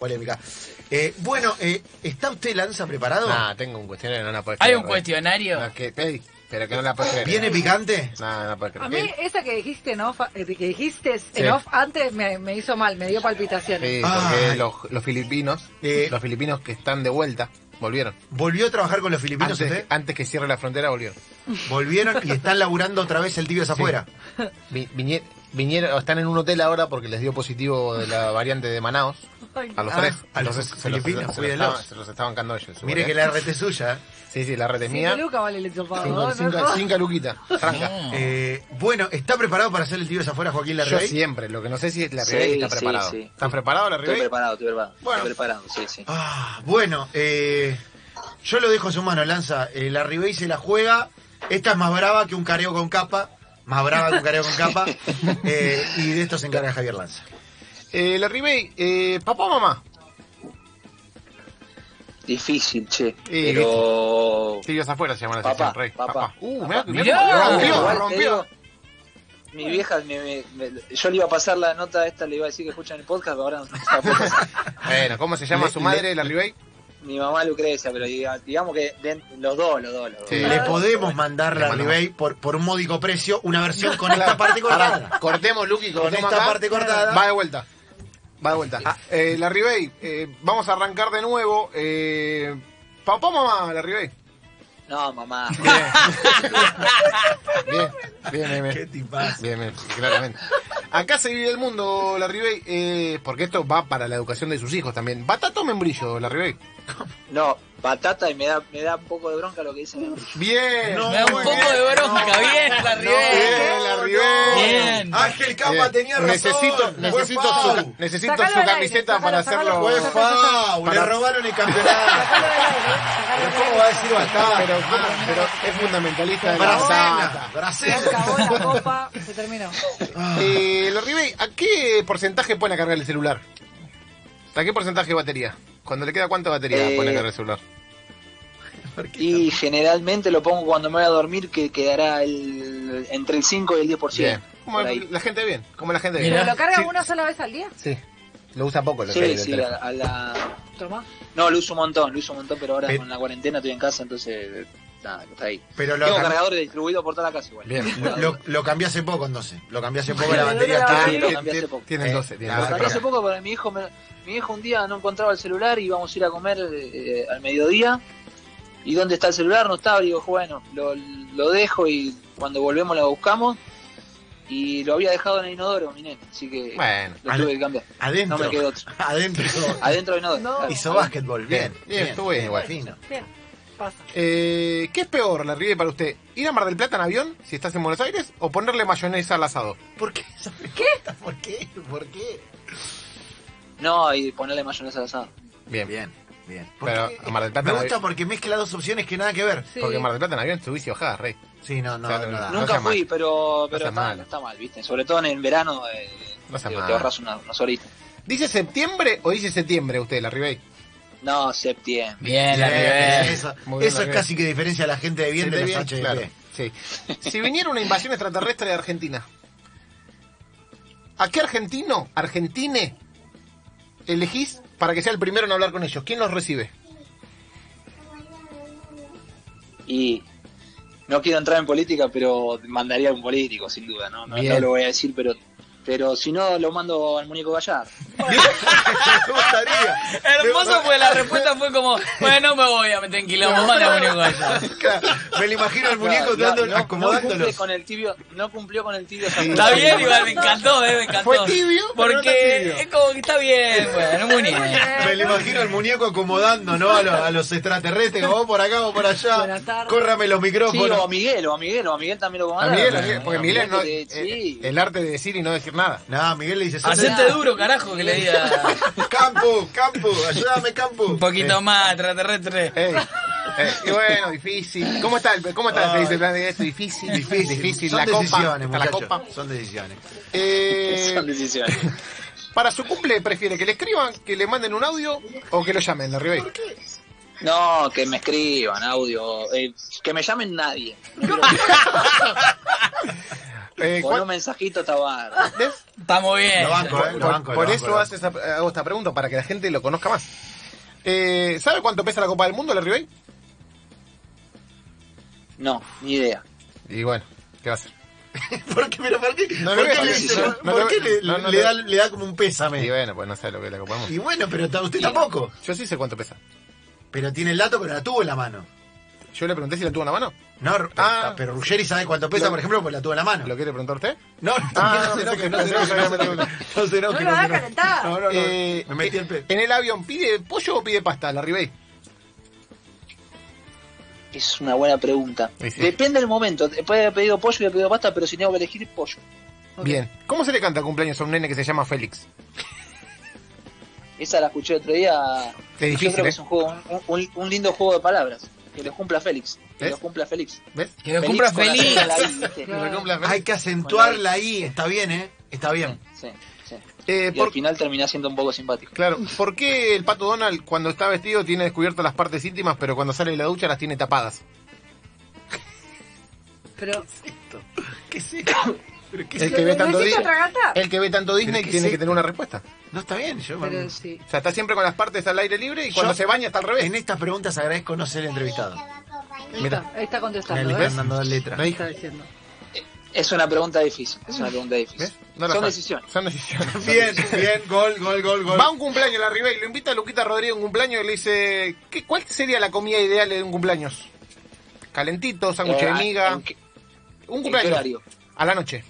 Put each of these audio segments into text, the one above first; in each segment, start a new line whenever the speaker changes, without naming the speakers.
polémica. Eh, bueno, eh, ¿está usted Lanza preparado?
Nah, tengo un cuestionario, no la puedes
Hay
creer,
un
güey.
cuestionario.
No, que- ey, pero que no la puedes creer. ¿eh?
¿Viene picante?
No, no la puedes
A
creer.
mí esa que dijiste en off, eh, que dijiste en
Sí.
off antes me, me hizo mal, me dio palpitaciones.
Sí,
Ay.
porque los, los filipinos,
Eh.
los filipinos que están de vuelta, volvieron.
¿Volvió a trabajar con los filipinos
Antes,
usted?
antes que cierre la frontera, volvieron.
Volvieron y están laburando otra vez el tibio es afuera.
Vi- vinie- vinieron, están en un hotel ahora porque les dio positivo de la variante de Manaos.
Ay,
A los
Ah,
tres.
a los filipinos,
se los,
cuídenlos.
estaban- se los estaban bancando ellos.
Mire que la RT es suya. ¿eh?
Sí, sí, la red es mía.
Cinco lucas vale el hisopado,
Cinco,
¿no?
cinco,
No,
cinco luquitas, franca.
No.
Eh, bueno, ¿está preparado para hacer el tibio es afuera Joaquín
Ah. Yo
Larrey?
siempre, lo que no sé si es la
Sí,
Ribey está
sí,
preparado.
sí.
¿Estás preparado la
Estoy
Ribey?
preparado, estoy preparado.
Bueno.
Estoy preparado, sí, sí.
Ah, bueno, eh, yo lo dejo en su mano, Lanza. Eh, la Ribey se la juega. Esta es más brava que un careo con capa. Más brava que un careo con capa. Eh, y de esto se encarga Javier Lanza.
Eh, la Ribey, eh, papá o mamá.
Difícil, che.
Eh,
Pero.
Tibios afuera se llama la
Papá,
sección Rey.
papá.
Uh, mirá,
Papá.
mirá,
Mirá.
cómo- rompió,
Igual te
rompió.
digo, Mi vieja, me, me- me- yo le iba a pasar la nota esta, le iba a decir que escuchan el podcast, pero ahora no se la puedo pasar.
Bueno, ¿cómo se llama
Le-
su madre, la Ribey?
Mi mamá Lucrecia, pero diga- digamos que de- los dos, los dos, los dos.
Sí.
Le podemos mandar
Le
la
mandamos.
Ribey por, por un módico precio una versión con esta parte cortada.
Pará, cortemos, Luqui,
Con
cortemos
esta
acá.
parte cortada.
Va de vuelta. Va de vuelta. Ah, eh, la Ribey, eh, vamos a arrancar de nuevo. Eh, papá o mamá, la Ribey.
No, mamá.
Bien, bien, bien. bien.
Qué tipazo.
Bien, bien, claramente. Acá se vive el mundo, la Ribey, eh, porque esto va para la educación de sus hijos también. Batata o membrillo, la Ribey.
No, batata y me da, me da un poco de bronca lo que dicen.
Bien.
No,
Me da un
muy
poco de bronca, bien, la
No,
Ribey.
bien, la Ah,
no,
Ribey.
Bien.
Ángel Capa
Bien.
tenía razón.
Necesito,
Fue
necesito
foul.
su, necesito
Sacalo
su
al aire,
camiseta
sacalo,
para
sacalo,
hacerlo.
Fue
Para-
foul.
para-
Le robaron el campeonato. Pero ¿Cómo va a decir batata?
Pero, pero es fundamentalista Ah. de la
Bracena.
batata.
Se
Bracena.
acabó la copa, se terminó.
Eh, la Ribey, ¿a qué porcentaje pone a cargar el celular? ¿A qué porcentaje de batería? Cuando le queda cuánta batería
Eh,
pone a cargar el celular?
Y generalmente lo pongo cuando me voy a dormir, que quedará el, entre el 5 y el 10%.
Bien. Como
por ahí.
la gente bien, como la gente bien.
¿Pero lo cargas
Sí,
una sola vez al día?
Sí. Lo usa poco lo que
Sí,
es el
sí,
teléfono.
a, a la...
Toma.
No, lo uso un montón, lo uso un montón, pero ahora
Pe-
con la cuarentena estoy en casa, entonces... Nada, está ahí.
Pero lo,
Tengo
cam-
cargadores distribuidos por toda la casa igual.
Bien.
Por la
lo,
duda.
lo cambié hace poco entonces. Lo cambié hace poco la
Pero
batería.
no
está-
Ah,
Ah,
sí, lo
tien-
cambié hace
tien-
poco.
Tienen
Eh,
12, tienen
la
12
Hasta
batería.
hace
para-
poco, porque mi hijo, me- mi hijo un día no encontraba el celular y íbamos a ir a comer eh, al mediodía. ¿Y dónde está el celular? No estaba. Digo, bueno, lo, lo dejo y cuando volvemos lo buscamos. Y lo había dejado en el inodoro, mi nene. Así que
Bueno.
lo
al-
tuve que cambiar.
Adentro.
No me quedó otro.
Adentro.
Adentro del inodoro.
No.
claro.
Hizo básquetbol. Bien.
Bien, estuvo bien igual.
Fino.
Bien, pasa.
Eh, ¿Qué es peor, la Rive, para usted? ¿Ir a Mar del Plata en avión, si estás en Buenos Aires, o ponerle mayonesa al asado?
¿Por qué? ¿Por qué? ¿Por qué?
No, y ponerle mayonesa al asado.
Bien,
Bien, bien.
Pero
Porque- eh,
a Mar del Plata
me
no
gusta
hay-
porque mezcla dos opciones que nada que ver.
Sí.
Porque en Mar del Plata en avión subís y bajás, rey.
Sí, no, no,
O sea,
no da.
Ah, no-
Nunca
sea
fui,
mal.
pero, pero
sea
está,
mal.
está mal, ¿viste? Sobre todo en el verano eh,
No sea
te,
mal.
te ahorras una- unas horitas.
¿Dice septiembre o dice septiembre usted, la Rive?
No, septiembre.
Bien, la
Bien,
Ribey.
Eso,
Muy
eso
bien,
es
Larribey.
casi que diferencia a la gente de bien de los HDP.
claro. Sí. Si viniera una invasión extraterrestre de Argentina, ¿a qué argentino, argentine, elegís para que sea el primero en hablar con ellos? ¿Quién los recibe?
Y no quiero entrar en política, pero mandaría a un político, sin duda, ¿no? No,
Bien.
no lo voy a decir, pero pero si no, lo mando al muñeco Gallardo.
Me gustaría.
Hermoso, pues la respuesta fue como, bueno, me voy a meter en quilombo, manda a Unión Guaya.
Claro, Me lo imagino al muñeco
No,
dando-
no, no
acomodándolo.
cumple con el tibio, no cumplió con el tibio.
Está bien, igual, me encantó, eh, me encantó.
Fue tibio, pero no tan
Porque
tibio.
es como que está bien, bueno, muy bien.
me lo imagino al muñeco acomodando, ¿no? A, los- a los extraterrestres, como vos por acá, vos por allá.
Buenas tardes.
Córrame los
Sí, o a
micrófonos.
Miguel, o a Miguel, o a Miguel también
A
lo comanda.
Miguel, a Miguel, porque
A
Miguel no,
te-
eh,
sí.
el arte de decir y no decir nada.
No, Miguel le dice, "Sos
Hacete duro, carajo, que le diga
el- Campo, campo, ayúdame, campo.
un poquito más extraterrestre.
Ey, ey, y bueno, difícil. ¿Cómo está? el- ¿Cómo está? Te dice el plan de esto, difícil. Difícil, difícil.
Son
La copa,
decisiones,
está la
muchachos,
copa.
Son decisiones.
Eh,
Son decisiones.
para su cumple, ¿prefiere que le escriban, que le manden un audio o que lo llamen, la Ribey?
No, que me escriban audio. eh, que me llamen nadie.
Eh,
Con
¿cuál-
un mensajito tabar.
¿ves?
Está muy bien.
Lo banco, eh,
Por,
lo banco.
por
lo
eso
banco, lo
hace esta- hago esta pregunta, para que la gente lo conozca más. Eh, ¿Sabe cuánto pesa la Copa del Mundo, Larry Bay?
No, ni idea.
Y bueno, ¿qué va a hacer?
banco. ¿Por qué, pero por qué,
No,
por
no,
qué
no,
le,
no,
dice-
no,
por
no,
qué le-
no, no,
le
no.
da, le da como un
Y
pésame?
bueno, pues no sabe lo que es la Copa del Mundo.
Y bueno, pero ta- usted tampoco.
Yo sí sé cuánto pesa.
Pero tiene el dato, pero la tuvo en la mano.
Yo le pregunté si la tuvo en la mano.
No, pero-
Ah.
pero Ruggeri sabe cuánto pesa,
Lo-
por ejemplo, porque la tuvo en la mano.
¿Lo quiere preguntar usted?
No, no,
Ah,
no se
pensé
enoje,
que-
no se
pensé que
enoje,
sabía
no se
meterlo.
enoje, no se enoje,
No lo haga
se enoje.
calentar.
No, no, no,
Eh,
me metí el pe...
En el avión, ¿pide pollo o pide pasta, Larry Bay?
Es una buena pregunta.
Sí, sí.
Depende del momento. Puede haber pedido pollo y he pedido pasta, pero si tengo que elegir pollo.
Bien. ¿Cómo se le canta cumpleaños a un nene que se llama Félix?
Esa la escuché otro día.
Qué difícil,
Yo creo que
¿eh?
es un, juego, un- un, un lindo juego de palabras. Que lo cumpla Félix. Que
¿Ves?
lo cumpla Félix.
¿Ves?
Que lo cumpla
con la
feliz.
tecla ahí, ¿viste?
Claro.
Hay que acentuar la I, está bien, ¿eh? Está bien.
Sí, sí.
Eh,
Y
por-
al final termina siendo un poco simpático.
Claro, ¿por qué el pato Donald cuando está vestido tiene descubiertas las partes íntimas, pero cuando sale de la ducha las tiene tapadas?
Pero,
¿Qué es esto? ¿Pero qué es
El
esto?
que ve
¿No
tanto,
hiciste
Di-
otra gata?
el que ve tanto Disney
¿Pero qué
tiene
es
que tener una respuesta.
No está bien, yo...
pero sí.
O sea, está siempre con las partes al aire libre y cuando
Yo-
se baña está al revés.
En estas preguntas agradezco no ser entrevistado.
Ahí
Mira.
está, ahí está
Me
contestando,
le
¿ves?
están dando letra.
¿No, hija?
Está diciendo.
Es una pregunta difícil. Es una
¿Eh?
pregunta difícil.
¿Ves? No la
Son
sabe.
decisiones.
Son decisiones.
Bien, bien, gol, gol, gol, gol.
Va a un cumpleaños la Ribey, lo invita a Luquita Rodríguez a un cumpleaños y le dice, ¿qué, ¿cuál sería la comida ideal de un cumpleaños? Calentito, sándwich de
Eh,
miga,
¿en qué-
un
en qué
cumpleaños
horario?
a la noche.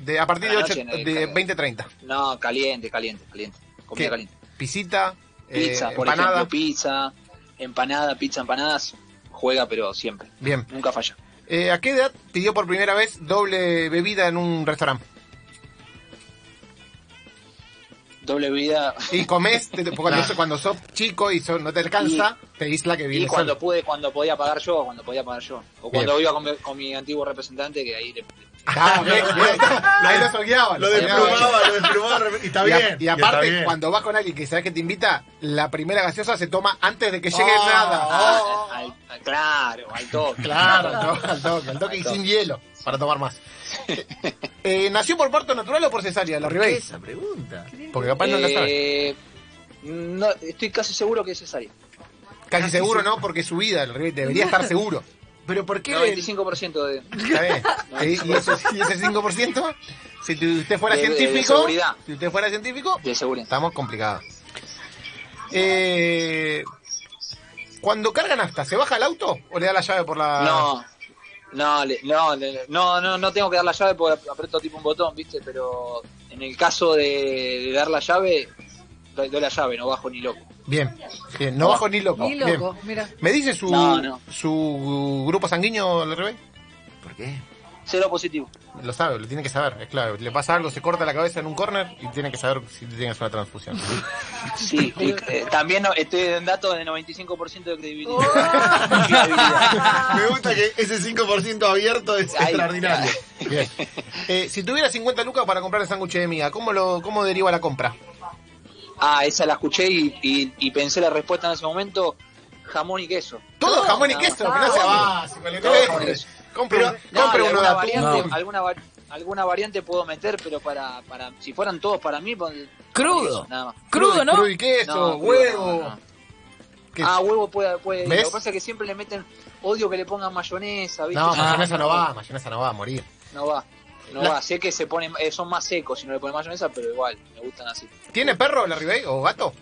De, a partir
A
de,
la
8,
noche en el
de
cagado.
20.30.
No, caliente, caliente, caliente. Comida
¿Qué?
caliente.
Pisita, eh,
Pizza, por
empanada.
ejemplo, pizza, empanada, pizza, empanadas. Juega, pero siempre.
Bien.
Nunca falla.
Eh, ¿A qué edad pidió por primera vez doble bebida en un restaurante?
Doble vida.
Y comés, te- te- cuando, cuando sos chico y so- no te alcanza, te dice la que
Ah. Y
viene
cuando
sola.
pude, cuando podía pagar yo, cuando podía pagar yo. O cuando iba con mi, con mi antiguo representante, que ahí le-
Ah, bien, bien. Ahí lo soñaba.
Lo
soñaba.
desplumaba, lo desplumaba. Y está
Y, a-
bien.
y aparte,
está bien.
cuando vas con alguien que sabes que te invita, la primera gaseosa se toma antes de que llegue
Oh.
nada. Oh.
Ah, al- al- claro, al toque.
Claro, al toque, al toque, al toque y
Al toque.
sin hielo, para tomar más. Eh, ¿Nació por parto natural o por cesárea, la
¿Qué
Ribey?
es esa pregunta?
Porque capaz no la sabes.
Eh, no, estoy casi seguro que es cesárea.
Casi seguro, ¿no? Porque es su vida, la Ribey debería estar seguro.
Pero ¿por qué? le-
95% de,
Está bien. Y, y ese, y ese 5%, si tu- usted fuera
De- de- de
científico,
seguridad.
si usted fuera científico,
de seguridad.
estamos complicados. Eh, cuando cargan hasta, ¿se baja el auto o le da la llave por la.?
No, no, le- no, le- no, no, no tengo que dar la llave porque aprieto tipo un botón, ¿viste? Pero en el caso de, de dar la llave, doy, doy la llave, no bajo ni loco.
Bien, bien, no bajo ni loco.
Ni loco, mira.
Bien. ¿Me dice su,
No, no.
su grupo sanguíneo, al revés?
¿Por qué?
Cero positivo.
Lo sabe, lo tiene que saber, es clave. Le pasa algo, se corta la cabeza en un corner y tiene que saber si tiene que hacer una transfusión.
Sí, estoy- eh, también no- estoy en datos de 95% de credibilidad.
Oh.
Oh.
Me gusta que ese 5% abierto es
Ay.
extraordinario.
Bien. Eh, si tuviera 50 lucas para comprar el sándwich de miga, ¿cómo, lo, ¿cómo deriva la compra?
Ah, esa la escuché y, y- y pensé la respuesta en ese momento, jamón y queso.
Todo
No,
jamón y
no,
queso,
no,
que no sea
no,
básico, le-
Todo jamón y queso.
Compre, un-
No,
compre
y
uno de
alguna
atún.
variante, alguna, va- alguna variante puedo meter, pero para, para si fueran todos para mí, pon-
Crudo.
nada más.
Crudo, ¿no?
Crudo y queso,
No, crudo,
huevo.
no, no.
¿Qué?
Ah, huevo puede, puede.
¿Ves?
Lo que pasa es que siempre le meten odio que le pongan mayonesa, ¿viste?
no,
Eso
mayonesa no va, mayonesa no va a morir.
No va. No
La-
va, sé que se ponen, eh, son más secos si no le ponen mayonesa, pero igual, me gustan así.
¿Tiene perro la Ribey o gato?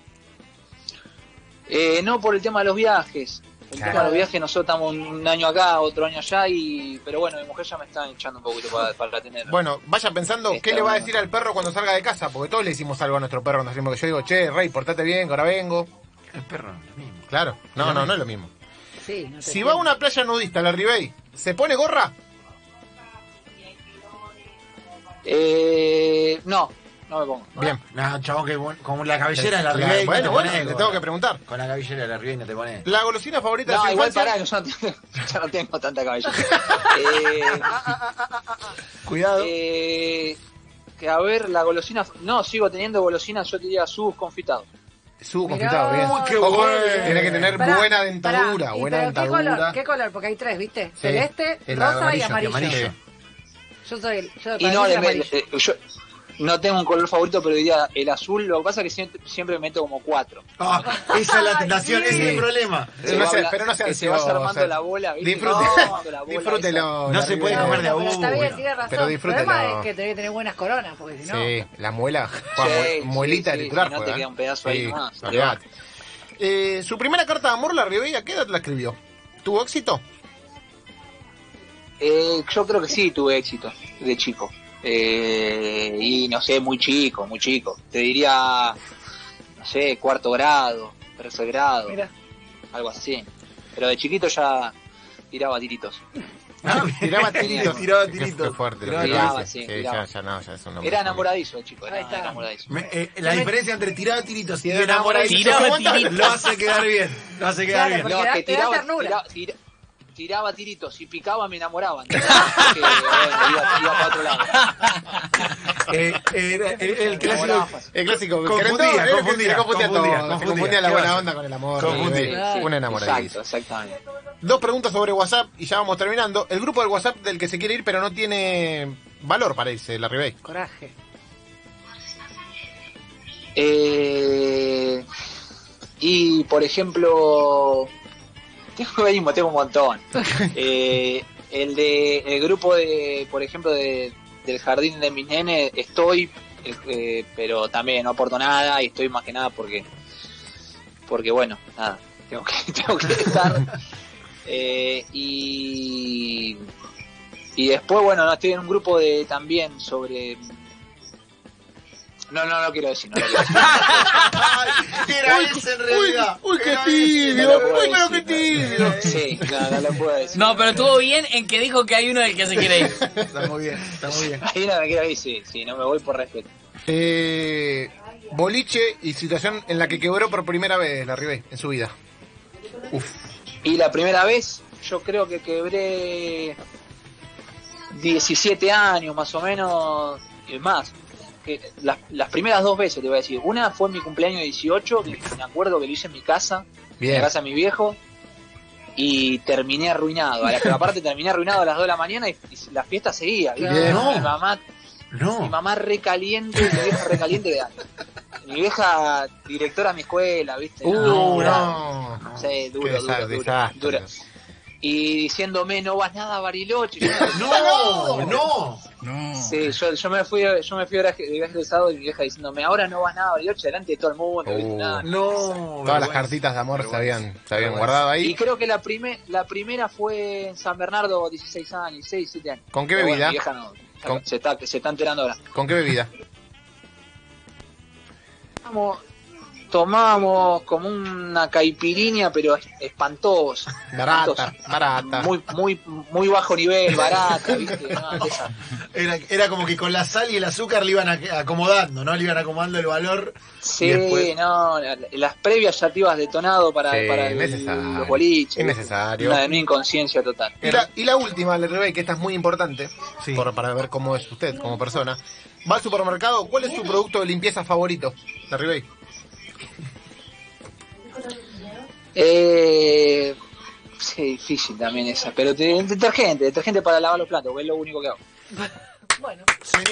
Eh, no por el tema de los viajes. El
Claro.
tema de los viajes, nosotros estamos un año acá, otro año allá, y pero bueno, mi mujer ya me está hinchando un poquito para, para tener.
Bueno, vaya pensando
Está
qué le va a
bueno.
decir al perro cuando salga de casa, porque todos le decimos algo a nuestro perro cuando salimos. Que yo digo, che, Rey, portate bien, que ahora vengo.
El perro, lo mismo.
Claro, no, no, no es lo mismo.
Sí, no te
Si va a
entiendo.
una playa nudista, la Ribey, ¿se pone gorra?
Eh, no, no me pongo.
Bien.
No, chabón, que buen- con la cabellera de la
Claro,
Ribey.
Bueno,
no te
bueno,
ponés,
le
gorra.
tengo que preguntar.
Con la cabellera de la Ribey no te pones.
La golosina favorita de
No,
su
igual
infancia?
pará, que yo no tengo, yo no tengo tanta cabellera. Eh,
Cuidado.
eh, que a ver, la golosina. No, sigo teniendo golosinas, yo diría sus confitados.
Su
Mirá.
confitado, bien.
Uy,
qué
Ojo,
bueno.
Tiene que tener
Pará,
buena
pará.
dentadura,
¿Y
buena
pero
dentadura.
¿Qué color? ¿Qué color? Porque hay tres, ¿viste?
Sí,
Celeste,
el
rosa y
amarillo,
amarillo.
el amarillo.
Yo soy el. Yo,
Y
para
no,
mí es
le
el
me-
amarillo.
eh, yo no tengo un color favorito, pero diría el azul. Lo que pasa es que siempre, siempre meto como cuatro.
Ah, esa es la tentación,
Sí.
ese es el problema.
Sí, no
va
sé,
habla-
pero no sea
que se vas
ansioso,
armando
o sea,
la bola. ¿viste?
disfrute-
Vas armando la bola esa.
Disfrútelo.
No
la
se puede
vida.
Bueno,
comer de a
pero Está
uno.
bien, tiene razón.
Pero
el problema
disfrútelo.
es que tenés que tener buenas coronas, porque si no.
Sí, la muela.
Sí,
Juan, mue-
sí,
muelita
sí,
de titular.
si no te
juega,
queda un pedazo
¿eh?
ahí nomás,
Sí,
te
olvidate. Eh, su primera carta de amor la Ribeira, ¿a qué edad la escribió? ¿Tuvo éxito?
Eh, yo creo que sí tuve éxito de chico. Eh, y no sé, muy chico, muy chico. Te diría, no sé, cuarto grado, tercer grado,
Mira,
algo así. Pero de chiquito ya tiraba tiritos.
tiraba
tiritos.
Ah, Tiraba
Qué-
tiritos.
Qué fuerte lo
Tiraba
que
tiritos.
dice.
Sí,
Sí,
tiraba.
ya, ya no, ya es un hombre.
Era enamoradizo de chico, era
Ahí está.
enamoradizo.
Me- eh, la diferencia entre tirado tiritos y enamoradizo
Tiraba tiritos.
lo hace quedar bien. Lo hace quedar
Claro,
bien.
porque da- te da ternura.
tira- tira- tiraba tiritos y picaba, me enamoraba. Porque, bueno, iba, iba para otro lado.
Eh, era- era el clásico.
Enamoraba fácil.
El clásico.
Confundía,
querendón, era el que
confundía,
se confundía, todo,
confundía,
se
confundía.
confundía la
¿Qué
buena
pasa?
onda con el amor.
Confundía.
Ribeira,
Sí,
Un enamoradizo.
Exacto, exactamente.
Dos preguntas sobre WhatsApp y ya vamos terminando. El grupo del WhatsApp del que se quiere ir, pero no tiene valor, parece, la Ribey.
coraje.
Eh, y por ejemplo, tengo ahí, tengo un montón. Eh, el de el grupo de, por ejemplo, de- del jardín de mis nenes, estoy, eh, pero también no aporto nada y estoy más que nada porque, porque bueno, nada, tengo que, tengo que estar. Eh, y y después, bueno, no, estoy en un grupo de también sobre. No, no, no quiero decir, no lo quiero decir.
Era ese en realidad.
uy, qué
Era ese.
tibio,
No lo puedo
uy, pero qué
decir,
tibio.
Sí, no, no lo puedo decir.
No, pero estuvo bien en que dijo que hay uno del que se quiere ir.
Está muy bien, está muy bien.
Ahí no me quiero ir, sí, sí, no me voy por respeto.
Eh, boliche y situación en la que quebró por primera vez la Ribey en su vida.
Y la primera vez, yo creo que quebré 17 años más o menos, y más. Que las, las primeras dos veces, te voy a decir. Una fue en mi cumpleaños 18, que me acuerdo que lo hice en mi casa, en la
Bien.
casa de mi viejo, y terminé arruinado. A la- pero aparte terminé arruinado a las 2 de la mañana y, y la fiesta seguía. ¿viste?
Bien.
Mi mamá Mi
No.
mamá recaliente, mi vieja recaliente de años. Mi vieja directora de mi escuela, ¿viste?
Uh, no.
Dura. Sí,
Qué
duro, duro,
desastre,
duro,
desastre.
duro. Y diciéndome, no vas nada a Bariloche. Yo,
No, no.
No.
sí, yo, yo me fui, yo me fui de viaje de viaje de sábado y mi vieja diciéndome, ahora no vas nada a Bariloche, delante de todo el mundo, ¿viste?
Uh.
Nada.
No.
Todas las
vergüenza.
cartitas de amor se
Vergüenza.
habían, se habían
Vergüenza.
guardado
Y
ahí.
creo que la, prime- la primera fue en San Bernardo, 16 años, 6, 7 años.
¿Con qué
Pero bueno,
bebida?
mi vieja no,
Con-
se, está, se está enterando ahora.
¿Con qué bebida?
Tomamos, tomamos como una caipirinha, pero es- espantosa.
Barata, barata.
muy muy muy bajo nivel, barata, ¿viste? No, de esa.
Era, era como que con la sal y el azúcar le iban a- acomodando, ¿no? Le iban acomodando el valor.
Sí,
Y después-
no, la- las previas ya te ibas detonado para,
Sí,
para el-
necesario.
los boliches.
Es necesario.
Una, una inconsciencia total.
Y la, y la última, la Ribey, que esta es muy importante,
Sí.
por- para ver cómo es usted como persona. Va al supermercado, ¿cuál es su producto de limpieza favorito? La Ribey.
Eh, sí, difícil también esa, pero te- detergente, detergente para lavar los platos, que es lo único que hago.